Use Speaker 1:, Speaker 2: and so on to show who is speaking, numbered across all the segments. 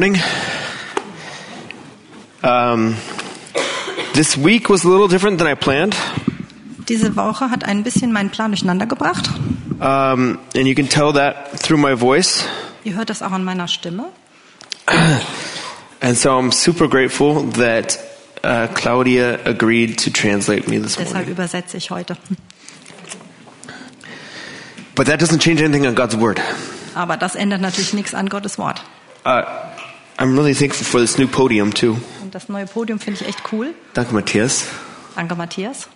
Speaker 1: morning. Um, this week was a little different than I planned,
Speaker 2: Diese Woche hat ein bisschen meinen Plan durcheinander gebracht.
Speaker 1: um, and you can tell that through my voice.
Speaker 2: Ihr hört das auch an meiner Stimme.
Speaker 1: And so I'm super grateful that uh, Claudia agreed to translate me this
Speaker 2: Deshalb
Speaker 1: morning.
Speaker 2: übersetze ich heute.
Speaker 1: But that doesn't change anything on God's word.
Speaker 2: Aber das ändert natürlich nichts an Gottes Wort.
Speaker 1: Uh, I'm really thankful for this new podium too.
Speaker 2: Und das neue Podium finde ich echt cool.
Speaker 1: Danke, Matthias.
Speaker 2: Danke, Matthias.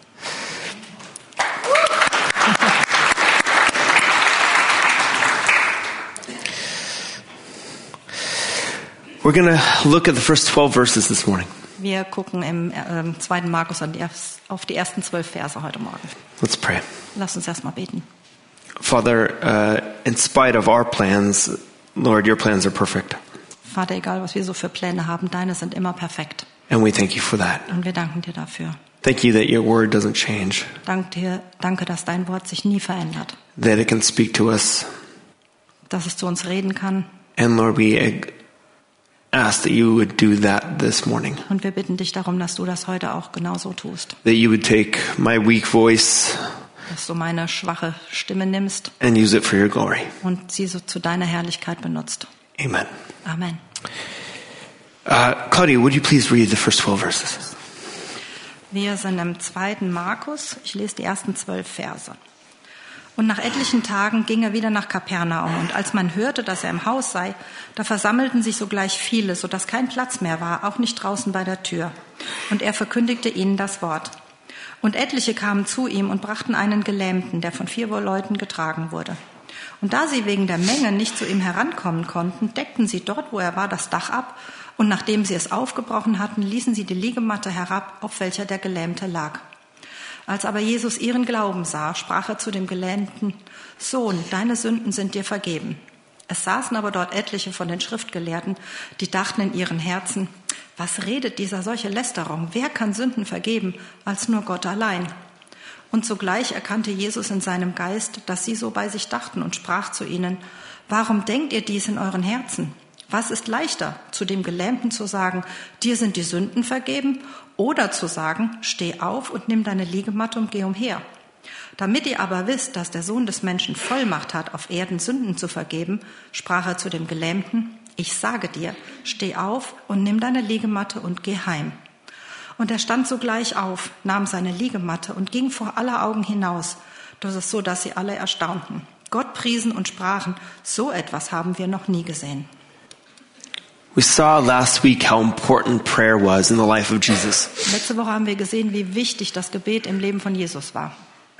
Speaker 1: We're going to look at the first 12 verses this morning.
Speaker 2: Wir gucken im ähm, zweiten Markus an die, erst- auf die ersten zwölf Verse heute Morgen.
Speaker 1: Let's pray.
Speaker 2: Lass uns erstmal beten.
Speaker 1: Father, uh, in spite of our plans, Lord, your plans are perfect.
Speaker 2: Vater, egal was wir so für Pläne haben, deine sind immer perfekt.
Speaker 1: And we thank you for that.
Speaker 2: Und wir danken dir dafür.
Speaker 1: Thank you that your word doesn't change,
Speaker 2: Dank dir, danke, dass dein Wort sich nie verändert.
Speaker 1: that it can speak to us.
Speaker 2: Dass es zu uns reden kann.
Speaker 1: And Lord, we ag- ask that you would do that this morning,
Speaker 2: Und wir bitten dich darum, dass du das heute auch genauso tust.
Speaker 1: that you would take my weak voice
Speaker 2: dass du meine schwache Stimme nimmst
Speaker 1: and use it for your glory.
Speaker 2: und sie so zu deiner Herrlichkeit benutzt.
Speaker 1: Amen.
Speaker 2: Amen.
Speaker 1: Uh, Claudia, would you please read the first 12 verses?
Speaker 2: Wir sind im zweiten Markus. Ich lese die ersten zwölf Verse. Und nach etlichen Tagen ging er wieder nach Kapernaum. Und als man hörte, dass er im Haus sei, da versammelten sich sogleich viele, so dass kein Platz mehr war, auch nicht draußen bei der Tür. Und er verkündigte ihnen das Wort. Und etliche kamen zu ihm und brachten einen Gelähmten, der von vier Leuten getragen wurde. Und da sie wegen der Menge nicht zu ihm herankommen konnten, deckten sie dort, wo er war, das Dach ab, und nachdem sie es aufgebrochen hatten, ließen sie die Liegematte herab, auf welcher der Gelähmte lag. Als aber Jesus ihren Glauben sah, sprach er zu dem Gelähmten, Sohn, deine Sünden sind dir vergeben. Es saßen aber dort etliche von den Schriftgelehrten, die dachten in ihren Herzen, was redet dieser solche Lästerung? Wer kann Sünden vergeben als nur Gott allein? Und sogleich erkannte Jesus in seinem Geist, dass sie so bei sich dachten und sprach zu ihnen, Warum denkt ihr dies in euren Herzen? Was ist leichter, zu dem Gelähmten zu sagen, dir sind die Sünden vergeben, oder zu sagen, steh auf und nimm deine Liegematte und geh umher? Damit ihr aber wisst, dass der Sohn des Menschen Vollmacht hat, auf Erden Sünden zu vergeben, sprach er zu dem Gelähmten, ich sage dir, steh auf und nimm deine Liegematte und geh heim. Und er stand sogleich auf, nahm seine Liegematte und ging vor aller Augen hinaus. Das ist so, dass sie alle erstaunten. Gott priesen und sprachen, so etwas haben wir noch nie gesehen.
Speaker 1: We saw last week how important prayer was in the life of Jesus.
Speaker 2: Letzte Woche haben wir gesehen, wie wichtig das Gebet im Leben von Jesus war.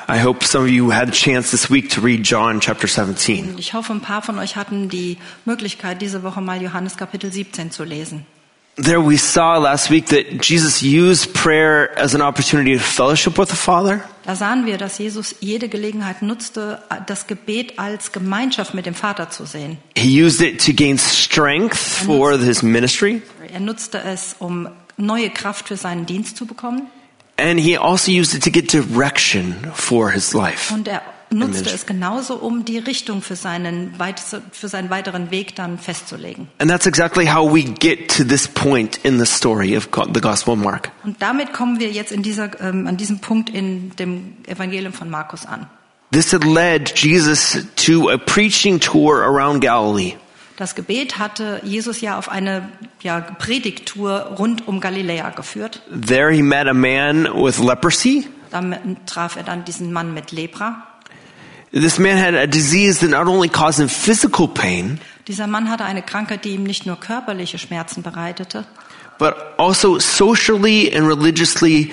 Speaker 1: I hope some of you had a chance this week to read John chapter 17.
Speaker 2: Und ich hoffe, ein paar von euch hatten die Möglichkeit, diese Woche mal Johannes Kapitel 17 zu lesen.
Speaker 1: There we saw last week that Jesus used prayer as an opportunity to fellowship with the Father,
Speaker 2: Da sahen wir, dass Jesus jede Gelegenheit nutzte, das Gebet als Gemeinschaft mit dem Vater zu sehen.
Speaker 1: He used it to gain strength for his ministry,
Speaker 2: Er nutzte es, um neue Kraft für seinen Dienst zu bekommen.
Speaker 1: and he also used it to get direction for his life.
Speaker 2: Und er nutzte es genauso, um die Richtung für seinen, weit, für seinen weiteren Weg dann festzulegen.
Speaker 1: And that's exactly how we get to this point in the story of go- the Gospel of Mark.
Speaker 2: Und damit kommen wir jetzt in dieser, ähm, an diesem Punkt in dem Evangelium von Markus an.
Speaker 1: This had led Jesus to a preaching tour around Galilee.
Speaker 2: Das Gebet hatte Jesus ja auf eine ja, Predigtour rund um Galiläa geführt.
Speaker 1: There he met a man with leprosy.
Speaker 2: Damit traf er dann diesen Mann mit Lepra.
Speaker 1: This man had a disease that not only caused him physical pain,
Speaker 2: Dieser Mann hatte eine Krankheit, die ihm nicht nur körperliche Schmerzen bereitete,
Speaker 1: but also socially and religiously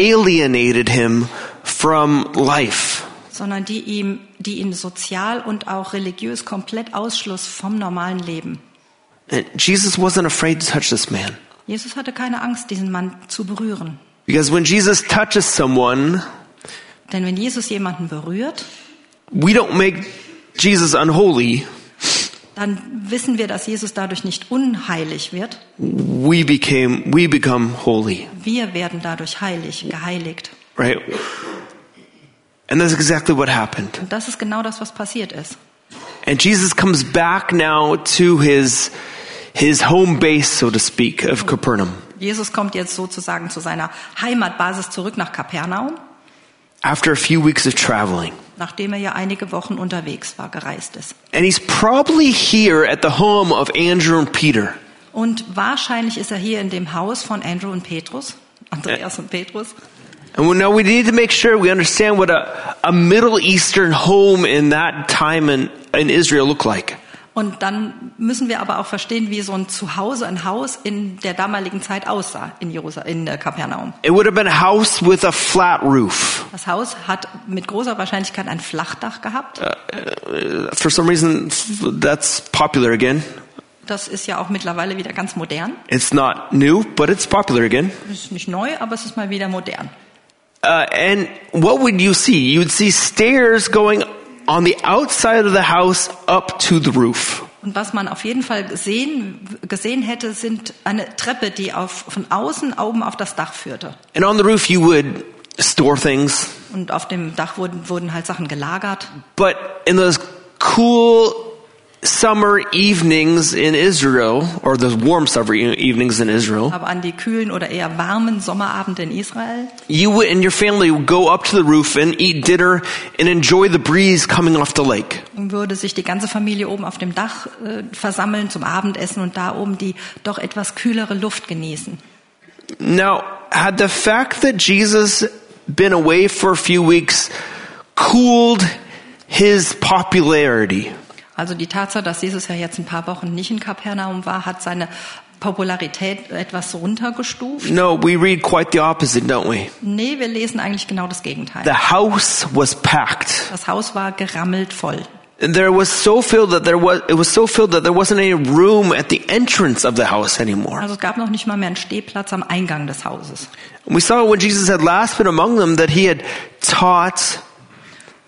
Speaker 1: alienated him from life.
Speaker 2: sondern die ihm, die ihn sozial und auch religiös komplett ausschluss vom normalen Leben.
Speaker 1: And Jesus wasn't afraid to touch this man.
Speaker 2: Jesus hatte keine Angst, diesen Mann zu berühren.
Speaker 1: Because when Jesus touches someone,
Speaker 2: Denn wenn Jesus jemanden berührt,
Speaker 1: we don't make Jesus unholy,
Speaker 2: dann wissen wir, dass Jesus dadurch nicht unheilig wird.
Speaker 1: we became we become holy,
Speaker 2: Wir werden dadurch heilig, geheiligt.
Speaker 1: right? And that's exactly what happened.
Speaker 2: Und das ist genau das, was passiert ist.
Speaker 1: And Jesus comes back now to his his home base, so to speak, of Capernaum.
Speaker 2: Jesus kommt jetzt sozusagen zu seiner Heimatbasis zurück nach Kapernaum,
Speaker 1: After a few weeks of traveling,
Speaker 2: nachdem er ja einige Wochen unterwegs war, gereist ist.
Speaker 1: and he's probably here at the home of Andrew and Peter.
Speaker 2: Und wahrscheinlich ist er hier in dem Haus von Andrew und Petrus, Andreas und Petrus.
Speaker 1: And we know we need to make sure we understand what a, a Middle Eastern home in that time in, in Israel looked like.
Speaker 2: Und dann müssen wir aber auch verstehen, wie so ein Zuhause, ein Haus in der damaligen Zeit aussah in Jerusalem, in äh, Kapernaum.
Speaker 1: It would have been a house with a flat roof.
Speaker 2: Das Haus hat mit großer Wahrscheinlichkeit ein Flachdach gehabt.
Speaker 1: Uh, For some reason, f- that's popular again.
Speaker 2: Das ist ja auch mittlerweile wieder ganz modern.
Speaker 1: It's not new, but it's popular again.
Speaker 2: Das ist nicht neu, aber es ist mal wieder modern.
Speaker 1: Uh, and what would you see? You would see stairs going on the outside of the house up to the roof.
Speaker 2: Und was man auf jeden Fall gesehen, gesehen hätte, sind eine Treppe, die auf, von außen oben auf das Dach führte.
Speaker 1: And on the roof, you would store things.
Speaker 2: Und auf dem Dach wurden, wurden halt Sachen gelagert.
Speaker 1: But in those cool summer evenings in Israel, or those warm summer e- evenings in Israel,
Speaker 2: Aber an die kühlen oder eher warmen Sommerabende in Israel
Speaker 1: you would, and your family would go up to the roof and eat dinner and enjoy the breeze coming off the lake.
Speaker 2: würde sich die ganze Familie oben auf dem Dach äh, versammeln zum Abendessen und da oben die doch etwas kühlere Luft genießen.
Speaker 1: Now, had the fact that Jesus been away for a few weeks cooled his popularity?
Speaker 2: Also die Tatsache, dass Jesus ja jetzt ein paar Wochen nicht in Kapernaum war, hat seine Popularität etwas runtergestuft.
Speaker 1: No, we read quite the opposite, don't we?
Speaker 2: Nee, wir lesen eigentlich genau das Gegenteil.
Speaker 1: The house was packed.
Speaker 2: Das Haus war gerammelt voll.
Speaker 1: There was so filled that there was it was so filled that there wasn't any room at the entrance of the house anymore.
Speaker 2: Also es gab noch nicht mal mehr einen Stehplatz am Eingang des Hauses.
Speaker 1: We saw when Jesus had last been among them that he had taught,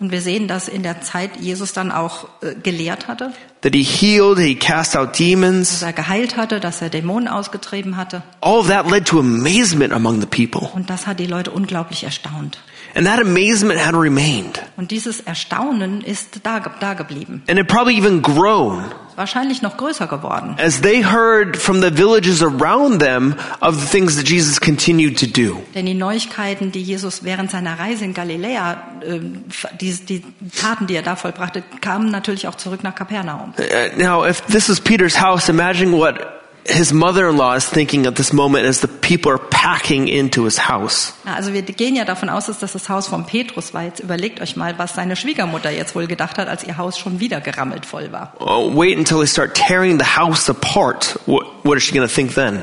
Speaker 2: Und wir sehen, dass in der Zeit Jesus dann auch äh, gelehrt hatte,
Speaker 1: that he healed, he cast out demons.
Speaker 2: dass er geheilt hatte, dass er Dämonen ausgetrieben hatte.
Speaker 1: All of that led to amazement among the people.
Speaker 2: Und das hat die Leute unglaublich erstaunt.
Speaker 1: And that amazement had remained.
Speaker 2: Und dieses Erstaunen ist da, ge- da geblieben.
Speaker 1: And it probably even grown
Speaker 2: Wahrscheinlich noch größer geworden.
Speaker 1: as they heard from the villages around them of the things that Jesus continued to do.
Speaker 2: Denn die Neuigkeiten, die Jesus während seiner Reise in Galiläa, ähm, ver- die, die Taten, die er da vollbrachte, kamen natürlich auch zurück nach Kapernaum.
Speaker 1: Uh, Now, if this is Peter's house, imagine what his mother-in-law is thinking at this moment as the people are packing into his house.
Speaker 2: Na, Also wir gehen ja davon aus, dass das das Haus von Petrus war. Jetzt überlegt euch mal, was seine Schwiegermutter jetzt wohl gedacht hat, als ihr Haus schon wieder gerammelt voll war.
Speaker 1: Oh, wait until they start tearing the house apart. What, what is she going to think then?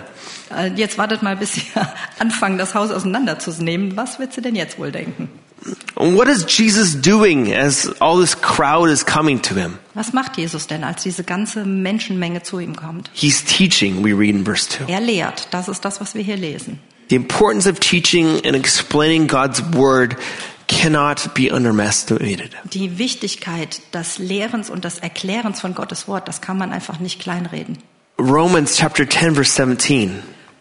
Speaker 2: Äh, Jetzt wartet mal, bis sie anfangen, das Haus auseinanderzunehmen. Was wird sie denn jetzt wohl denken?
Speaker 1: What is Jesus doing as all this crowd is coming to him?
Speaker 2: Was macht Jesus denn, als diese ganze Menschenmenge zu ihm kommt?
Speaker 1: He's teaching, we read in verse 2.
Speaker 2: Er lehrt. Das ist das, was wir hier lesen.
Speaker 1: The importance of teaching and explaining God's word cannot be underestimated.
Speaker 2: Die Wichtigkeit des Lehrens und des Erklärens von Gottes Wort, das kann man einfach nicht kleinreden.
Speaker 1: Romans chapter 10 verse 17.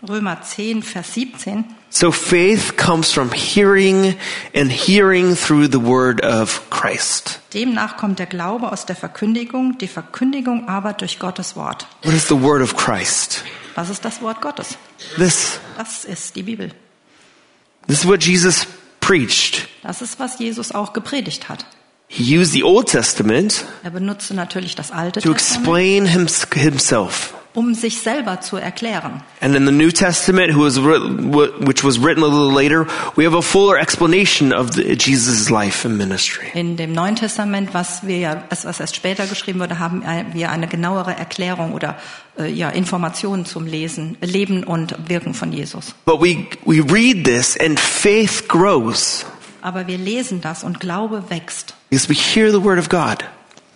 Speaker 2: Römer 10, Vers 17.
Speaker 1: So faith comes from hearing and hearing through the word of Christ.
Speaker 2: Demnach kommt der Glaube aus der Verkündigung, die Verkündigung aber durch Gottes Wort.
Speaker 1: What is the word of Christ?
Speaker 2: Was ist das Wort Gottes?
Speaker 1: This
Speaker 2: Das ist die Bibel.
Speaker 1: this is what Jesus preached.
Speaker 2: Das ist, was Jesus auch gepredigt hat.
Speaker 1: He used the Old Testament
Speaker 2: Er benutzte natürlich das Alte
Speaker 1: to
Speaker 2: Testament,
Speaker 1: explain hims- himself.
Speaker 2: um sich selber zu erklären.
Speaker 1: And in the New Testament, who was writ- wh- which was written a little later, we have a fuller explanation of the, Jesus' life and ministry.
Speaker 2: In dem Neuen Testament, was wir ja, was was erst später geschrieben wurde, haben wir eine genauere Erklärung oder äh, ja, Informationen zum Lesen, Leben und Wirken von Jesus.
Speaker 1: But we, we read this and faith grows
Speaker 2: Aber wir lesen das und Glaube wächst.
Speaker 1: because we hear the word of God.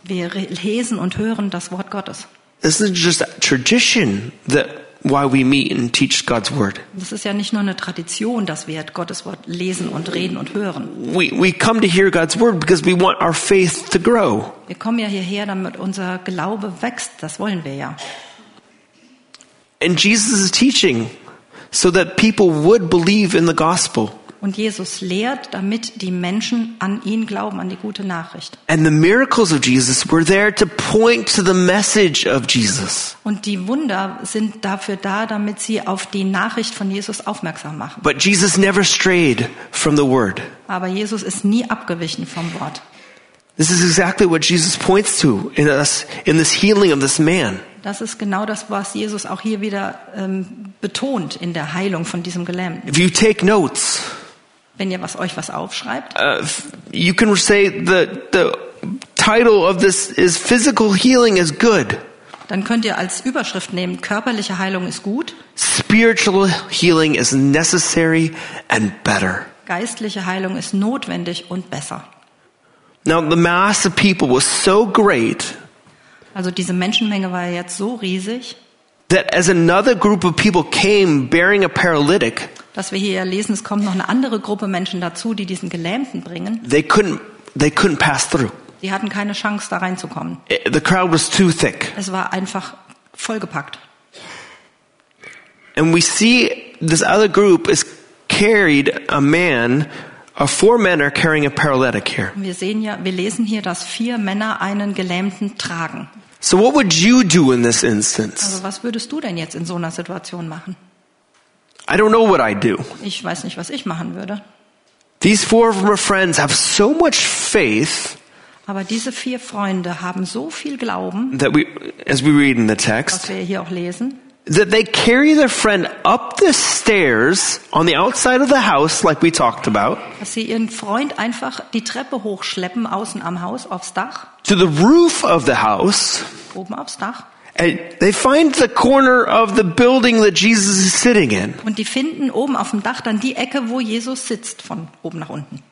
Speaker 2: Wir re- lesen und hören das Wort Gottes.
Speaker 1: This is just a tradition that why we meet and teach God's word.
Speaker 2: Das ist ja nicht nur eine Tradition, dass wir Gottes Wort lesen und reden und hören.
Speaker 1: We, we come to hear God's word because we want our faith to grow.
Speaker 2: Wir kommen ja hierher, damit unser Glaube wächst. Das wollen wir ja.
Speaker 1: And Jesus is teaching so that people would believe in the gospel.
Speaker 2: und Jesus lehrt, damit die Menschen an ihn glauben, an die gute Nachricht.
Speaker 1: And the miracles of Jesus were there to point to the message of Jesus.
Speaker 2: Und die Wunder sind dafür da, damit sie auf die Nachricht von Jesus aufmerksam machen.
Speaker 1: But Jesus never strayed from the word.
Speaker 2: Aber Jesus ist nie abgewichen vom Wort.
Speaker 1: This is exactly what Jesus points to in us in this healing of this man.
Speaker 2: Das ist genau das, was Jesus auch hier wieder ähm, betont in der Heilung von diesem Gelähmten.
Speaker 1: If you take notes,
Speaker 2: Wenn ihr was, euch was aufschreibt,
Speaker 1: uh, f- you can say the the title of this is physical healing is good,
Speaker 2: dann könnt ihr als Überschrift nehmen, körperliche Heilung ist gut,
Speaker 1: spiritual healing is necessary and better.
Speaker 2: geistliche Heilung ist notwendig und besser.
Speaker 1: Now the mass of people was so great
Speaker 2: Also diese Menschenmenge war ja jetzt so riesig,
Speaker 1: that as another group of people came bearing a paralytic,
Speaker 2: dass wir hier ja lesen, es kommt noch eine andere Gruppe Menschen dazu, die diesen Gelähmten bringen.
Speaker 1: they couldn't they couldn't pass through.
Speaker 2: Die hatten keine Chance, da reinzukommen.
Speaker 1: Eh, The crowd was too thick.
Speaker 2: Es war einfach vollgepackt.
Speaker 1: And we see this other group is carried a man, uh, four men are carrying a paralytic here.
Speaker 2: Und wir sehen ja, wir lesen hier, dass vier Männer einen Gelähmten tragen.
Speaker 1: So what would you do in this instance?
Speaker 2: Also was würdest du denn jetzt in so einer Situation machen?
Speaker 1: I don't know what I do.
Speaker 2: Ich weiß nicht, was ich machen würde.
Speaker 1: These four of my friends have so much faith
Speaker 2: Aber diese vier Freunde haben so viel Glauben,
Speaker 1: that we, as we read in the
Speaker 2: was
Speaker 1: text,
Speaker 2: wir hier auch lesen,
Speaker 1: that they carry their friend up the stairs on the outside of the house, like we talked about,
Speaker 2: dass sie ihren Freund einfach die Treppe hochschleppen, außen am Haus, aufs Dach,
Speaker 1: to the roof of the house,
Speaker 2: oben aufs Dach.
Speaker 1: and they find the corner of the building that Jesus is sitting in.
Speaker 2: Und die finden oben auf dem Dach dann die Ecke, wo Jesus sitzt, von oben nach unten.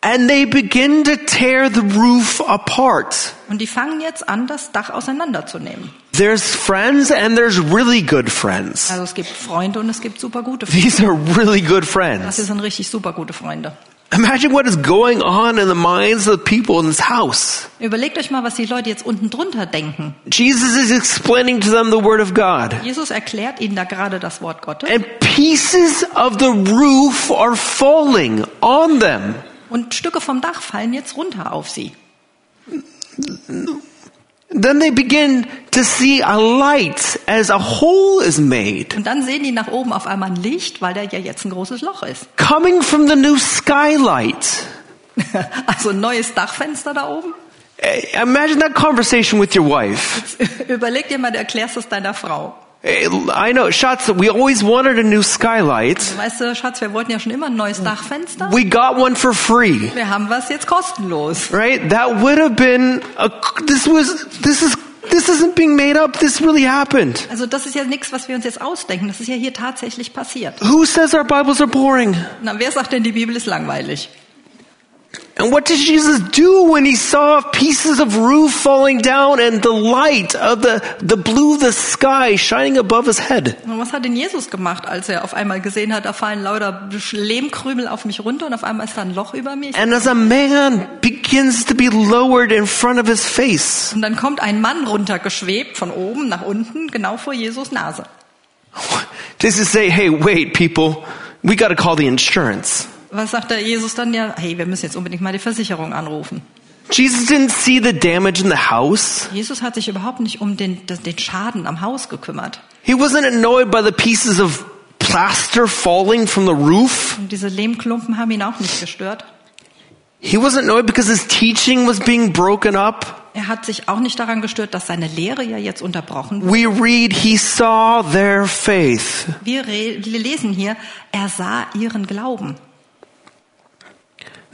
Speaker 1: And they begin to tear the roof apart.
Speaker 2: Und die fangen jetzt an, das Dach auseinanderzunehmen.
Speaker 1: There's friends and there's really good friends.
Speaker 2: Also es gibt Freunde und es gibt super gute Freunde.
Speaker 1: These are really good
Speaker 2: Das
Speaker 1: friends.
Speaker 2: hier sind richtig super gute Freunde.
Speaker 1: Imagine what is going on in the minds of the people in this house.
Speaker 2: Überlegt euch mal, was die Leute jetzt unten drunter denken.
Speaker 1: Jesus is explaining to them the word of God.
Speaker 2: Jesus erklärt ihnen da gerade das Wort Gottes
Speaker 1: And pieces of the roof are falling on them.
Speaker 2: und Stücke vom Dach fallen jetzt runter auf sie.
Speaker 1: Then they begin to see a light as a hole is made
Speaker 2: Und dann sehen die nach oben auf einmal ein Licht, weil da ja jetzt ein großes Loch ist.
Speaker 1: coming from the new skylight.
Speaker 2: Also ein neues Dachfenster da oben.
Speaker 1: Eh, Imagine that conversation with your wife.
Speaker 2: Überleg dir mal, du erklärst es deiner Frau.
Speaker 1: Hey, I know, Schatz, we always wanted a new skylight.
Speaker 2: Weißt du, Schatz, wir wollten ja schon immer ein neues Dachfenster.
Speaker 1: We got one for free,
Speaker 2: Wir haben was jetzt kostenlos.
Speaker 1: right? That would have been a, this was, this is, this isn't being made up. This really happened.
Speaker 2: Also das ist ja nichts, was wir uns jetzt ausdenken. Das ist ja hier tatsächlich passiert.
Speaker 1: Who says our Bibles are boring?
Speaker 2: Na, wer sagt denn, die Bibel ist langweilig?
Speaker 1: And what did Jesus do when he saw pieces of roof falling down and the light of the, the blue of the sky shining above his head?
Speaker 2: Und was hat denn Jesus gemacht, als er auf einmal gesehen hat, da fallen lauter Lehmkrümel auf mich runter und auf einmal ist da ein Loch über mich?
Speaker 1: And as a man begins to be lowered in front of his face,
Speaker 2: Und dann kommt ein Mann runtergeschwebt von oben nach unten, genau vor Jesus Nase.
Speaker 1: does he say, hey, wait, people, we gotta call the insurance?
Speaker 2: Was sagt der Jesus dann? Ja, hey, wir müssen jetzt unbedingt mal die Versicherung anrufen.
Speaker 1: Jesus didn't see the damage in the house.
Speaker 2: Jesus hat sich überhaupt nicht um den, den Schaden am Haus gekümmert.
Speaker 1: He wasn't annoyed by the pieces of plaster falling from the roof.
Speaker 2: Und diese Lehmklumpen haben ihn auch nicht gestört.
Speaker 1: He wasn't annoyed because his teaching was being broken up.
Speaker 2: Er hat sich auch nicht daran gestört, dass seine Lehre ja jetzt unterbrochen wurde.
Speaker 1: We read he saw their faith.
Speaker 2: Wir, re- wir lesen hier, er sah ihren Glauben.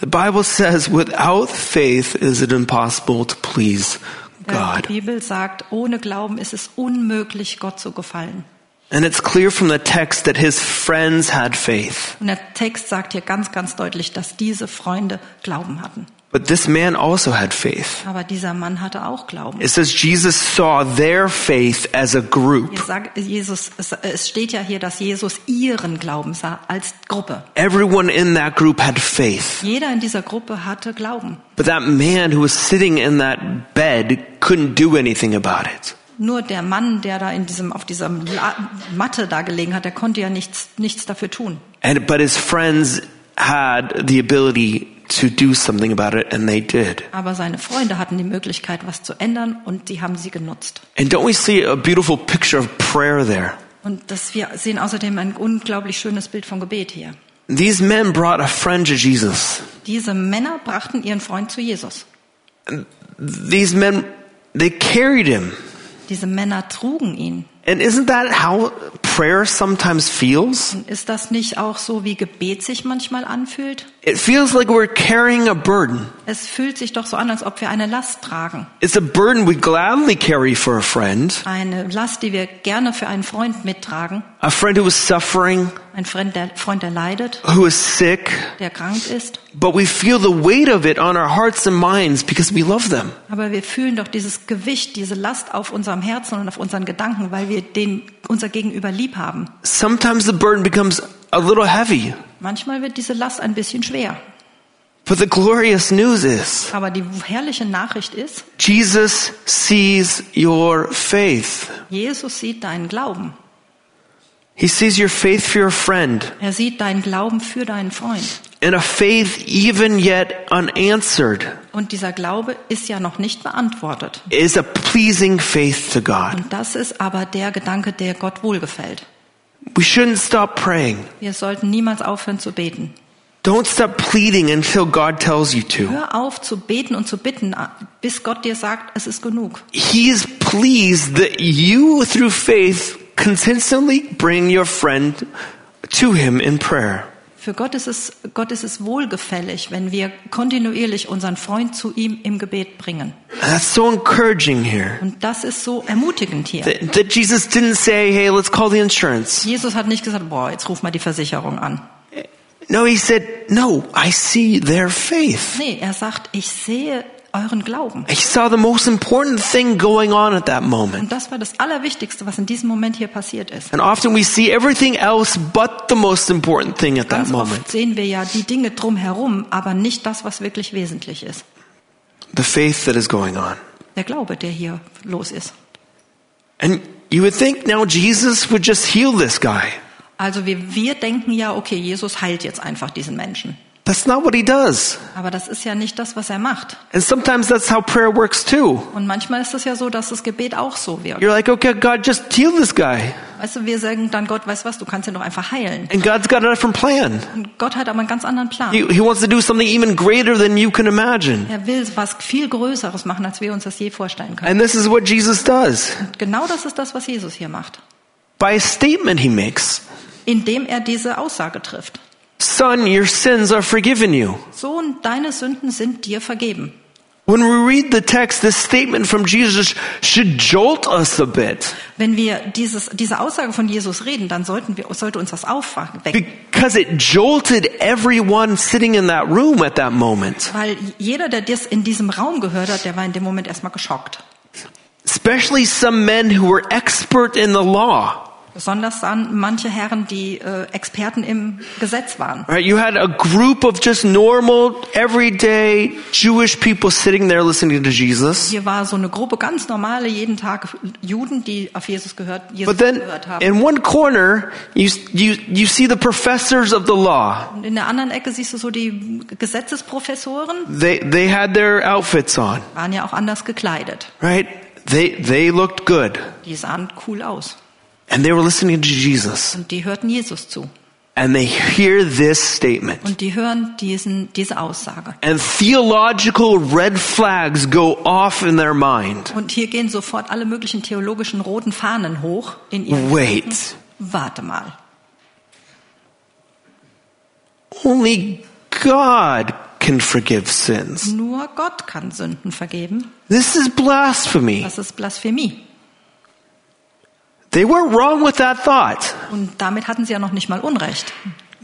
Speaker 1: The Bible says without faith is it impossible to please
Speaker 2: Äh, Die
Speaker 1: God.
Speaker 2: Bibel sagt, ohne Glauben ist es unmöglich, Gott zu gefallen.
Speaker 1: And it's clear from the text that his friends had faith.
Speaker 2: Und der Text sagt hier ganz, ganz deutlich, dass diese Freunde Glauben hatten.
Speaker 1: But this man also had faith.
Speaker 2: Aber dieser Mann hatte auch Glauben.
Speaker 1: It says Jesus saw their faith as a group.
Speaker 2: Hier sagt Jesus, es- es steht ja hier, dass Jesus ihren Glauben sah als Gruppe.
Speaker 1: Everyone in that group had faith.
Speaker 2: Jeder in dieser Gruppe hatte Glauben.
Speaker 1: But that man who was sitting in that bed couldn't do anything about it.
Speaker 2: Nur der Mann, der da in diesem, auf dieser La Matte da gelegen hat, der konnte ja nichts, nichts dafür tun.
Speaker 1: And, but his friends had the ability to do something about it, and they did.
Speaker 2: Aber seine Freunde hatten die Möglichkeit, was zu ändern und die haben sie genutzt.
Speaker 1: And don't we see a beautiful picture of prayer there?
Speaker 2: Und das, wir sehen außerdem ein unglaublich schönes Bild von Gebet hier.
Speaker 1: These men brought a friend to Jesus.
Speaker 2: Diese Männer brachten ihren Freund zu Jesus.
Speaker 1: These men, they carried him.
Speaker 2: Diese Männer trugen ihn.
Speaker 1: And isn't that how prayer sometimes feels?
Speaker 2: Und Ist das nicht auch so, wie Gebet sich manchmal anfühlt?
Speaker 1: It feels like we're carrying a burden.
Speaker 2: Es fühlt sich doch so an, als ob wir eine Last tragen.
Speaker 1: It's a burden we gladly carry for a friend,
Speaker 2: Eine Last, die wir gerne für einen Freund mittragen.
Speaker 1: a friend who is suffering,
Speaker 2: Ein Freund, der, Freund, der leidet,
Speaker 1: who is sick,
Speaker 2: der krank ist.
Speaker 1: but we feel the weight of it on our hearts and minds because we love them.
Speaker 2: Aber wir fühlen doch dieses Gewicht, diese Last auf unserem Herzen und auf unseren Gedanken, weil wir den, unser Gegenüber lieb haben.
Speaker 1: Sometimes the burden becomes a little heavy,
Speaker 2: Manchmal wird diese Last ein bisschen schwer.
Speaker 1: but the glorious news is
Speaker 2: Aber die herrliche Nachricht ist,
Speaker 1: Jesus sees your faith.
Speaker 2: Jesus sieht deinen Glauben.
Speaker 1: He sees your faith for your friend,
Speaker 2: Er sieht deinen Glauben für deinen Freund.
Speaker 1: and a faith even yet unanswered
Speaker 2: Und dieser Glaube ist ja noch nicht beantwortet.
Speaker 1: is a pleasing faith to God.
Speaker 2: Und das ist aber der Gedanke, der Gott wohlgefällt.
Speaker 1: We shouldn't stop praying.
Speaker 2: Wir sollten niemals aufhören zu beten.
Speaker 1: Don't stop pleading until God tells you to.
Speaker 2: Hör auf zu beten und zu bitten, bis Gott dir sagt, es ist genug.
Speaker 1: He is pleased that you, through faith, consistently bring your friend to Him in prayer.
Speaker 2: Für Gott ist es, Gott ist es wohlgefällig, wenn wir kontinuierlich unseren Freund zu ihm im Gebet bringen.
Speaker 1: And that's so encouraging here.
Speaker 2: Und das ist so ermutigend hier.
Speaker 1: That, that Jesus didn't say, hey, let's call the insurance.
Speaker 2: Jesus hat nicht gesagt, boah, jetzt ruf mal die Versicherung an.
Speaker 1: No, He said, no, I see their faith.
Speaker 2: Nee, er sagt, ich sehe euren Glauben.
Speaker 1: He saw the most important thing going on at that moment.
Speaker 2: Und das war das Allerwichtigste, was in diesem Moment hier passiert ist.
Speaker 1: And often we see everything else but the most important thing at that
Speaker 2: Ganz
Speaker 1: moment
Speaker 2: oft sehen wir ja die Dinge drumherum, aber nicht das, was wirklich wesentlich ist.
Speaker 1: the faith that is going on.
Speaker 2: Der Glaube, der hier los ist.
Speaker 1: And you would think now Jesus would just heal this guy.
Speaker 2: Also wir, wir denken ja, okay, Jesus heilt jetzt einfach diesen Menschen.
Speaker 1: That's not what he does.
Speaker 2: Aber das ist ja nicht das, was er macht.
Speaker 1: And sometimes that's how prayer works too.
Speaker 2: Und manchmal ist es ja so, dass das Gebet auch so wirkt.
Speaker 1: You're like, okay, God, just heal this guy.
Speaker 2: Weißt du, wir sagen dann Gott, weißt du was, du kannst ihn doch einfach heilen.
Speaker 1: And God's got a different plan.
Speaker 2: Und Gott hat aber einen ganz anderen Plan.
Speaker 1: He, he wants to do something even greater than you can imagine.
Speaker 2: Er will was viel Größeres machen, als wir uns das je vorstellen können.
Speaker 1: And this is what Jesus does
Speaker 2: Und genau das ist das, was Jesus hier macht,
Speaker 1: by a statement he makes
Speaker 2: indem er diese Aussage trifft.
Speaker 1: Son, your sins are forgiven you.
Speaker 2: Sohn, deine Sünden sind dir vergeben.
Speaker 1: When we read the text, this statement from Jesus should jolt us a bit
Speaker 2: Wenn wir dieses, diese Aussage von Jesus reden, dann sollten wir, sollte uns das aufwecken.
Speaker 1: because it jolted everyone sitting in that room at that moment,
Speaker 2: Weil jeder, der das in diesem Raum gehört hat, der war in dem Moment erstmal geschockt.
Speaker 1: especially some men who were expert in the law.
Speaker 2: Besonders an manche Herren, die äh, Experten im Gesetz waren.
Speaker 1: Right? You had a group of just normal, everyday Jewish people sitting there listening to Jesus.
Speaker 2: Hier war so eine Gruppe ganz normale, jeden Tag Juden, die auf Jesus gehört, Jesus
Speaker 1: But then
Speaker 2: gehört haben.
Speaker 1: in one corner, you, you, you see the professors of the law.
Speaker 2: Und in der anderen Ecke siehst du so die Gesetzesprofessoren,
Speaker 1: They, they had their outfits on,
Speaker 2: waren ja auch anders gekleidet.
Speaker 1: right? They, they looked good.
Speaker 2: Die sahen cool aus.
Speaker 1: And they were listening to Jesus.
Speaker 2: Und die hörten Jesus zu.
Speaker 1: And they hear this statement.
Speaker 2: Und die hören diesen, diese Aussage.
Speaker 1: And theological red flags go off in their mind.
Speaker 2: Und hier gehen sofort alle möglichen theologischen roten Fahnen hoch in ihren
Speaker 1: Wait,
Speaker 2: Warte mal.
Speaker 1: only God can forgive sins.
Speaker 2: Nur Gott kann Sünden vergeben.
Speaker 1: This is blasphemy.
Speaker 2: Das ist Blasphemie.
Speaker 1: They weren't wrong with that thought.
Speaker 2: Und damit hatten sie ja noch nicht mal Unrecht.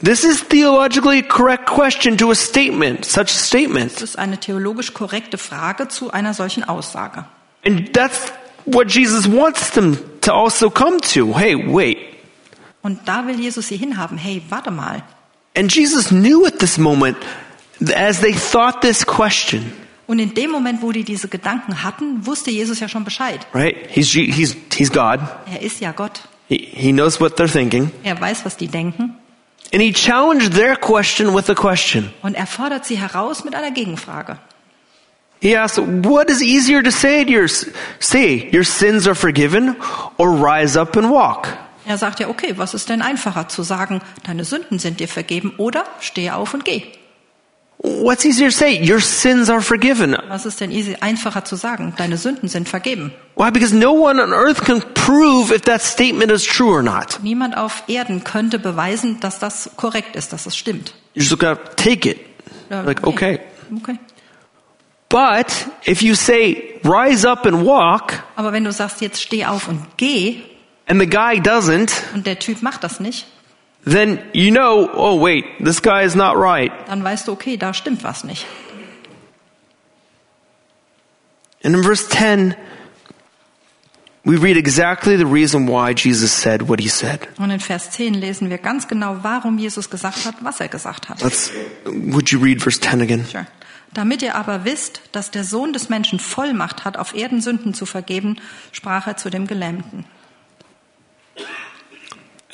Speaker 1: This is theologically correct question to a statement, such a
Speaker 2: Das
Speaker 1: statement.
Speaker 2: ist eine theologisch korrekte Frage zu einer solchen Aussage.
Speaker 1: And that's what Jesus wants them to also come to. Hey, wait.
Speaker 2: Und da will Jesus sie hinhaben. Hey, warte mal.
Speaker 1: And Jesus knew at this moment, as they thought this question,
Speaker 2: Und in dem Moment, wo die diese Gedanken hatten, wusste Jesus ja schon Bescheid.
Speaker 1: right? He's he's he's God.
Speaker 2: Er ist ja Gott.
Speaker 1: He he knows what they're thinking,
Speaker 2: Er weiß, was die denken.
Speaker 1: And he challenged their question with a question.
Speaker 2: Und er fordert sie heraus mit einer Gegenfrage.
Speaker 1: He asked, What is easier to say to your, say, your sins are forgiven, or rise up and walk?
Speaker 2: Er sagt ja, okay, was ist denn einfacher zu sagen, deine Sünden sind dir vergeben oder stehe auf und geh?
Speaker 1: What's easier to say? Your sins are forgiven.
Speaker 2: Was ist denn easy, einfacher zu sagen, deine Sünden sind vergeben?
Speaker 1: Why? Because no one on earth can prove if that statement is true or not.
Speaker 2: Niemand auf Erden könnte beweisen, dass das korrekt ist, dass es stimmt.
Speaker 1: You just gotta take it.
Speaker 2: Ja,
Speaker 1: Like,
Speaker 2: nee.
Speaker 1: Äh, okay.
Speaker 2: Okay.
Speaker 1: But if you say, rise up and walk,
Speaker 2: Aber wenn du sagst, jetzt steh auf und geh
Speaker 1: and the guy doesn't,
Speaker 2: und der Typ macht das nicht,
Speaker 1: then you know, oh wait, this guy is not right.
Speaker 2: dann weißt du, okay, da stimmt was nicht.
Speaker 1: And in verse 10, we read exactly the reason why Jesus said what he said.
Speaker 2: Und in Vers 10 lesen wir ganz genau, warum Jesus gesagt hat, was er gesagt hat.
Speaker 1: Let's, would you read verse 10 again?
Speaker 2: Sure. Damit ihr aber wisst, dass der Sohn des Menschen Vollmacht hat, auf Erden Sünden zu vergeben, sprach er zu dem Gelähmten.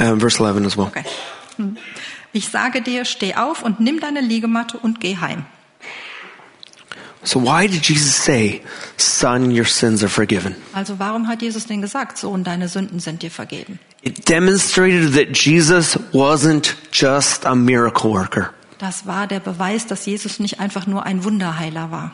Speaker 1: Um, verse 11 as well.
Speaker 2: Okay. Hm. Ich sage dir, steh auf und nimm deine Liegematte und geh heim.
Speaker 1: So why did Jesus say, son, your sins are forgiven?
Speaker 2: Also warum hat Jesus denn gesagt, Sohn, deine Sünden sind dir vergeben?
Speaker 1: It demonstrated that Jesus wasn't just a miracle worker.
Speaker 2: Das war der Beweis, dass Jesus nicht einfach nur ein Wunderheiler war.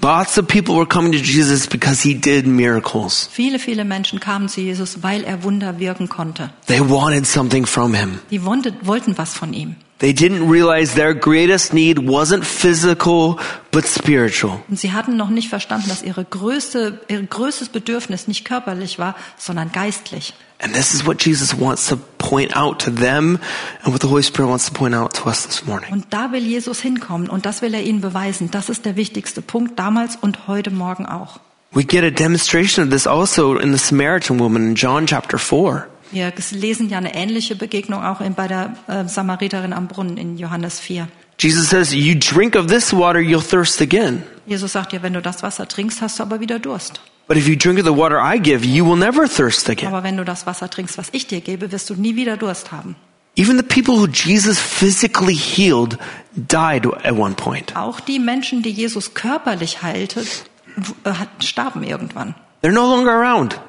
Speaker 1: Lots of people were coming to Jesus because he did miracles.
Speaker 2: Viele, viele Menschen kamen zu Jesus, weil er Wunder wirken konnte.
Speaker 1: They wanted something from him.
Speaker 2: Die wonte- wollten was von ihm.
Speaker 1: They didn't realize their greatest need wasn't physical, but spiritual.
Speaker 2: Und sie hatten noch nicht verstanden, dass ihre größte, ihr größtes Bedürfnis nicht körperlich war, sondern geistlich.
Speaker 1: And this is what Jesus wants to point out to them and what the Holy Spirit wants to point out to us this morning.
Speaker 2: Und da will Jesus hinkommen und das will er ihnen beweisen. Das ist der wichtigste Punkt damals und heute Morgen auch.
Speaker 1: We get a demonstration of this also in the Samaritan woman in John chapter 4.
Speaker 2: Wir lesen ja eine ähnliche Begegnung auch in, bei der äh, Samariterin am Brunnen in Johannes 4.
Speaker 1: Jesus says, You drink of this water, you'll thirst again.
Speaker 2: Jesus sagt ja, wenn du das Wasser trinkst, hast du aber wieder Durst.
Speaker 1: But if you drink of the water I give, you will never thirst again.
Speaker 2: Aber wenn du das Wasser trinkst, was ich dir gebe, wirst du nie wieder Durst haben.
Speaker 1: Even the people who Jesus physically healed died at one point.
Speaker 2: Auch die Menschen, die Jesus körperlich heilte, w- äh, hat- starben irgendwann.
Speaker 1: They're no longer around.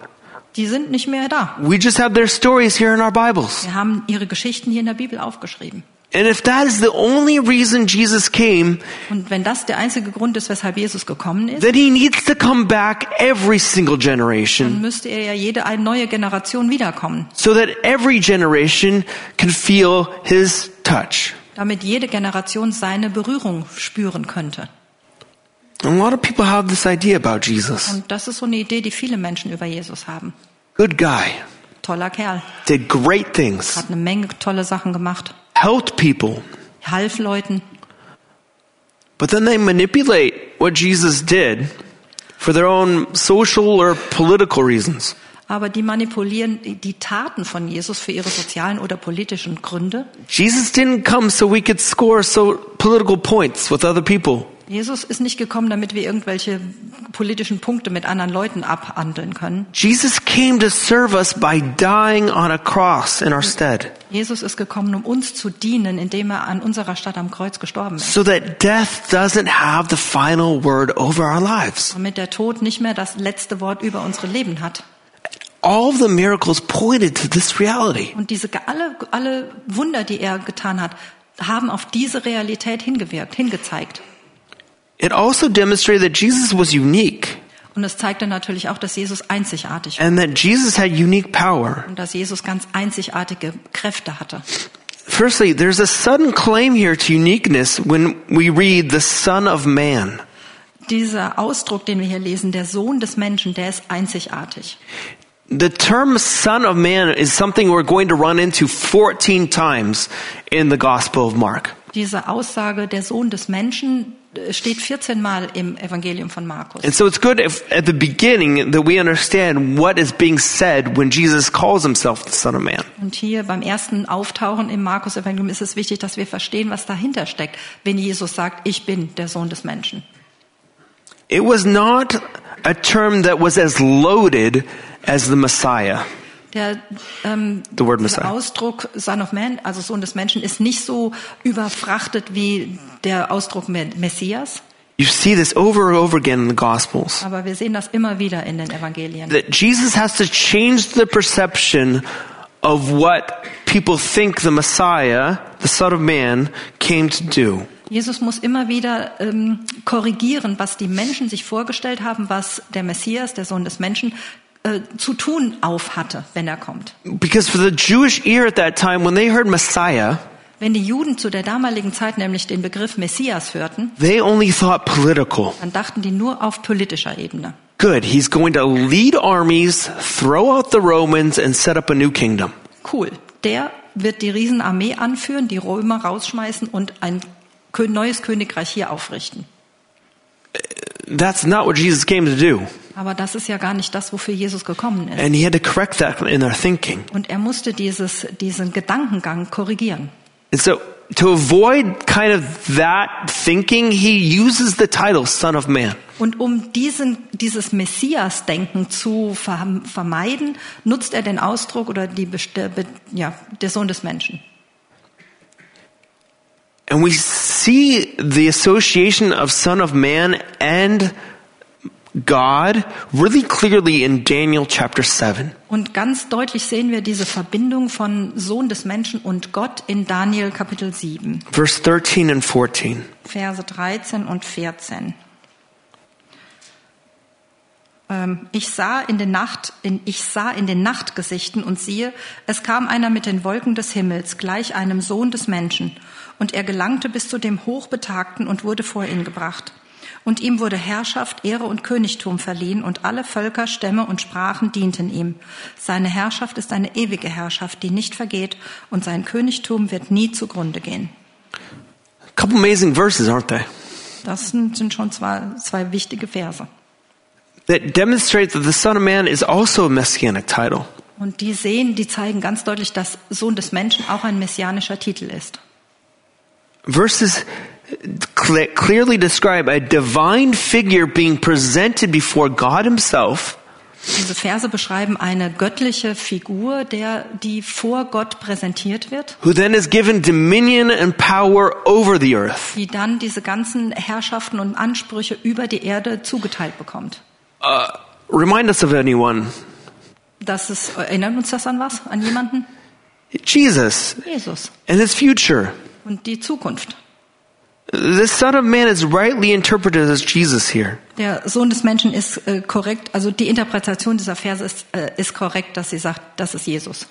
Speaker 2: Die sind nicht mehr da.
Speaker 1: We just have their stories here in our Bibles.
Speaker 2: Wir haben ihre Geschichten hier in der Bibel aufgeschrieben.
Speaker 1: And if that is the only reason Jesus came,
Speaker 2: Und wenn das der einzige Grund ist, weshalb Jesus gekommen ist,
Speaker 1: then he needs to come back every single
Speaker 2: dann
Speaker 1: generation
Speaker 2: müsste er ja jede eine neue Generation wiederkommen,
Speaker 1: so that every generation can feel his touch.
Speaker 2: damit jede Generation seine Berührung spüren könnte.
Speaker 1: And a lot of people have this idea about Jesus.
Speaker 2: Und das ist so eine Idee, die viele Menschen über Jesus haben.
Speaker 1: Good guy,
Speaker 2: Toller Kerl,
Speaker 1: did great things,
Speaker 2: hat eine Menge tolle Sachen gemacht,
Speaker 1: helped people.
Speaker 2: half Leuten.
Speaker 1: But then they manipulate what Jesus did for their own social or political reasons.
Speaker 2: Aber die manipulieren die- die Taten von Jesus für ihre sozialen oder politischen Gründe.
Speaker 1: Jesus didn't come so we could score so political points with other people.
Speaker 2: Jesus ist nicht gekommen, damit wir irgendwelche politischen Punkte mit anderen Leuten abhandeln können.
Speaker 1: Jesus came to serve us by dying on a cross in our stead,
Speaker 2: Jesus ist gekommen, um uns zu dienen, indem er an unserer Stadt am Kreuz gestorben ist.
Speaker 1: so that death doesn't have the final word over our lives.
Speaker 2: Damit der Tod nicht mehr das letzte Wort über unsere Leben hat.
Speaker 1: All of the miracles pointed to this reality.
Speaker 2: Und diese ge- alle, alle Wunder, die er getan hat, haben auf diese Realität hingewirkt, hingezeigt.
Speaker 1: It also demonstrated that Jesus was unique
Speaker 2: Und es zeigte natürlich auch, dass Jesus einzigartig war
Speaker 1: and that Jesus had unique power.
Speaker 2: und dass Jesus ganz einzigartige Kräfte hatte.
Speaker 1: Firstly, there's a sudden claim here to uniqueness when we read the Son of Man.
Speaker 2: Dieser Ausdruck, den wir hier lesen, der Sohn des Menschen, der ist einzigartig.
Speaker 1: The term Son of Man is something we're going to run into 14 times in the Gospel of Mark.
Speaker 2: Diese Aussage, der Sohn des Menschen, äh, steht 14 Mal im Evangelium von Markus.
Speaker 1: And so it's good if at the beginning that we understand what is being said when Jesus calls himself the Son of Man.
Speaker 2: Und hier beim ersten Auftauchen im Markus-Evangelium ist es wichtig, dass wir verstehen, was dahinter steckt, wenn Jesus sagt, ich bin der Sohn des Menschen.
Speaker 1: It was not a term that was as loaded as the Messiah.
Speaker 2: Der ähm,
Speaker 1: The word
Speaker 2: dieser
Speaker 1: Messiah.
Speaker 2: Ausdruck Son of Man, also Sohn des Menschen, ist nicht so überfrachtet wie der Ausdruck Me- Messias.
Speaker 1: You see this over and over again in the Gospels.
Speaker 2: Aber wir sehen das immer wieder in den Evangelien.
Speaker 1: That Jesus has to change the perception of what people think the Messiah, the Son of Man, came to do.
Speaker 2: Jesus muss immer wieder ähm, korrigieren, was die Menschen sich vorgestellt haben, was der Messias, der Sohn des Menschen, äh, zu tun aufhatte, wenn er kommt.
Speaker 1: Because for the Jewish ear at that time, when they heard Messiah,
Speaker 2: Wenn die Juden zu der damaligen Zeit nämlich den Begriff Messias hörten,
Speaker 1: they only thought political.
Speaker 2: dann dachten die nur auf politischer Ebene.
Speaker 1: Good, he's going to lead armies, throw out the Romans, and set up a new kingdom.
Speaker 2: Cool. Der wird die Riesenarmee anführen, die Römer rausschmeißen und ein kö- neues Königreich hier aufrichten.
Speaker 1: That's not what Jesus came to do.
Speaker 2: Aber das ist ja gar nicht das, wofür Jesus gekommen ist.
Speaker 1: And he had to correct that in their thinking.
Speaker 2: Und er musste dieses, diesen Gedankengang korrigieren.
Speaker 1: And so, to avoid kind of that thinking, he uses the title Son of Man.
Speaker 2: Und um diesen, dieses Messias-Denken zu ver- vermeiden, nutzt er den Ausdruck oder die, Best- äh, Be- ja, der Sohn des Menschen.
Speaker 1: And we see the association of Son of Man and God really clearly in Daniel chapter 7.
Speaker 2: Und ganz deutlich sehen wir diese Verbindung von Sohn des Menschen und Gott in Daniel Kapitel 7,
Speaker 1: Verse 13 and 14.
Speaker 2: Verse 13 und 14. Ähm, Ich sah in den Nacht, in, ich sah in den Nachtgesichten und siehe, es kam einer mit den Wolken des Himmels, gleich einem Sohn des Menschen. Und er gelangte bis zu dem Hochbetagten und wurde vor ihn gebracht. Und ihm wurde Herrschaft, Ehre und Königtum verliehen und alle Völker, Stämme und Sprachen dienten ihm. Seine Herrschaft ist eine ewige Herrschaft, die nicht vergeht und sein Königtum wird nie zugrunde gehen.
Speaker 1: A couple amazing verses, aren't they?
Speaker 2: Das sind sind schon zwei, zwei wichtige Verse.
Speaker 1: That demonstrate that the Son of Man is also a messianic title.
Speaker 2: Und die sehen, die zeigen ganz deutlich, dass Sohn des Menschen auch ein messianischer Titel ist.
Speaker 1: Verses cle- clearly describe a divine figure being presented before God Himself
Speaker 2: Diese Verse beschreiben eine göttliche Figur, der, die vor Gott präsentiert wird,
Speaker 1: who then is given dominion and power over the earth.
Speaker 2: die dann diese ganzen Herrschaften und Ansprüche über die Erde zugeteilt bekommt.
Speaker 1: Uh, remind us of anyone.
Speaker 2: Das ist, erinnert uns das an was? An jemanden?
Speaker 1: Jesus
Speaker 2: Jesus.
Speaker 1: and his future.
Speaker 2: Und die Zukunft.
Speaker 1: The Son of Man is rightly interpreted as Jesus here.
Speaker 2: Der Sohn des Menschen ist äh, korrekt, also die Interpretation dieser Verse ist, äh, ist korrekt, dass sie sagt, das ist Jesus.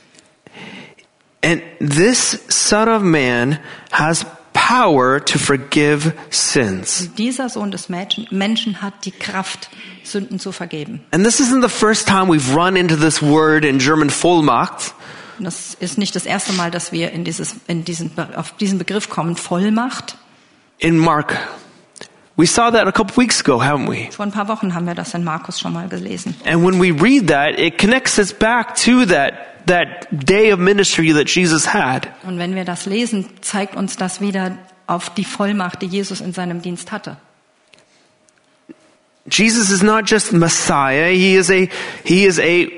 Speaker 1: And this Son of Man has power to forgive sins.
Speaker 2: Dieser Sohn des Menschen, Menschen hat die Kraft, Sünden zu vergeben.
Speaker 1: And this isn't the first time we've run into this word in German Vollmacht.
Speaker 2: Und das ist nicht das erste Mal, dass wir in dieses, in diesen, Be- auf diesen Begriff kommen, Vollmacht.
Speaker 1: in Mark. We saw that a couple weeks ago, haven't we?
Speaker 2: Vor ein paar Wochen haben wir das in Markus schon mal gelesen.
Speaker 1: And when we read that, it connects us back to that, that day of ministry that Jesus had.
Speaker 2: Und wenn wir das lesen, zeigt uns das wieder auf die Vollmacht, die Jesus in seinem Dienst hatte.
Speaker 1: Jesus is not just Messiah, he is a, he is a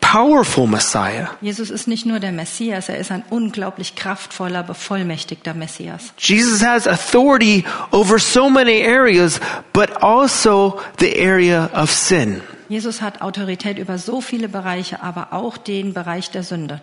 Speaker 1: powerful Messiah.
Speaker 2: Jesus ist nicht nur der Messias, er ist ein unglaublich kraftvoller, bevollmächtigter Messias.
Speaker 1: Jesus has authority over so many areas, but also the area of sin.
Speaker 2: Jesus hat Autorität über so viele Bereiche, aber auch den Bereich der Sünde.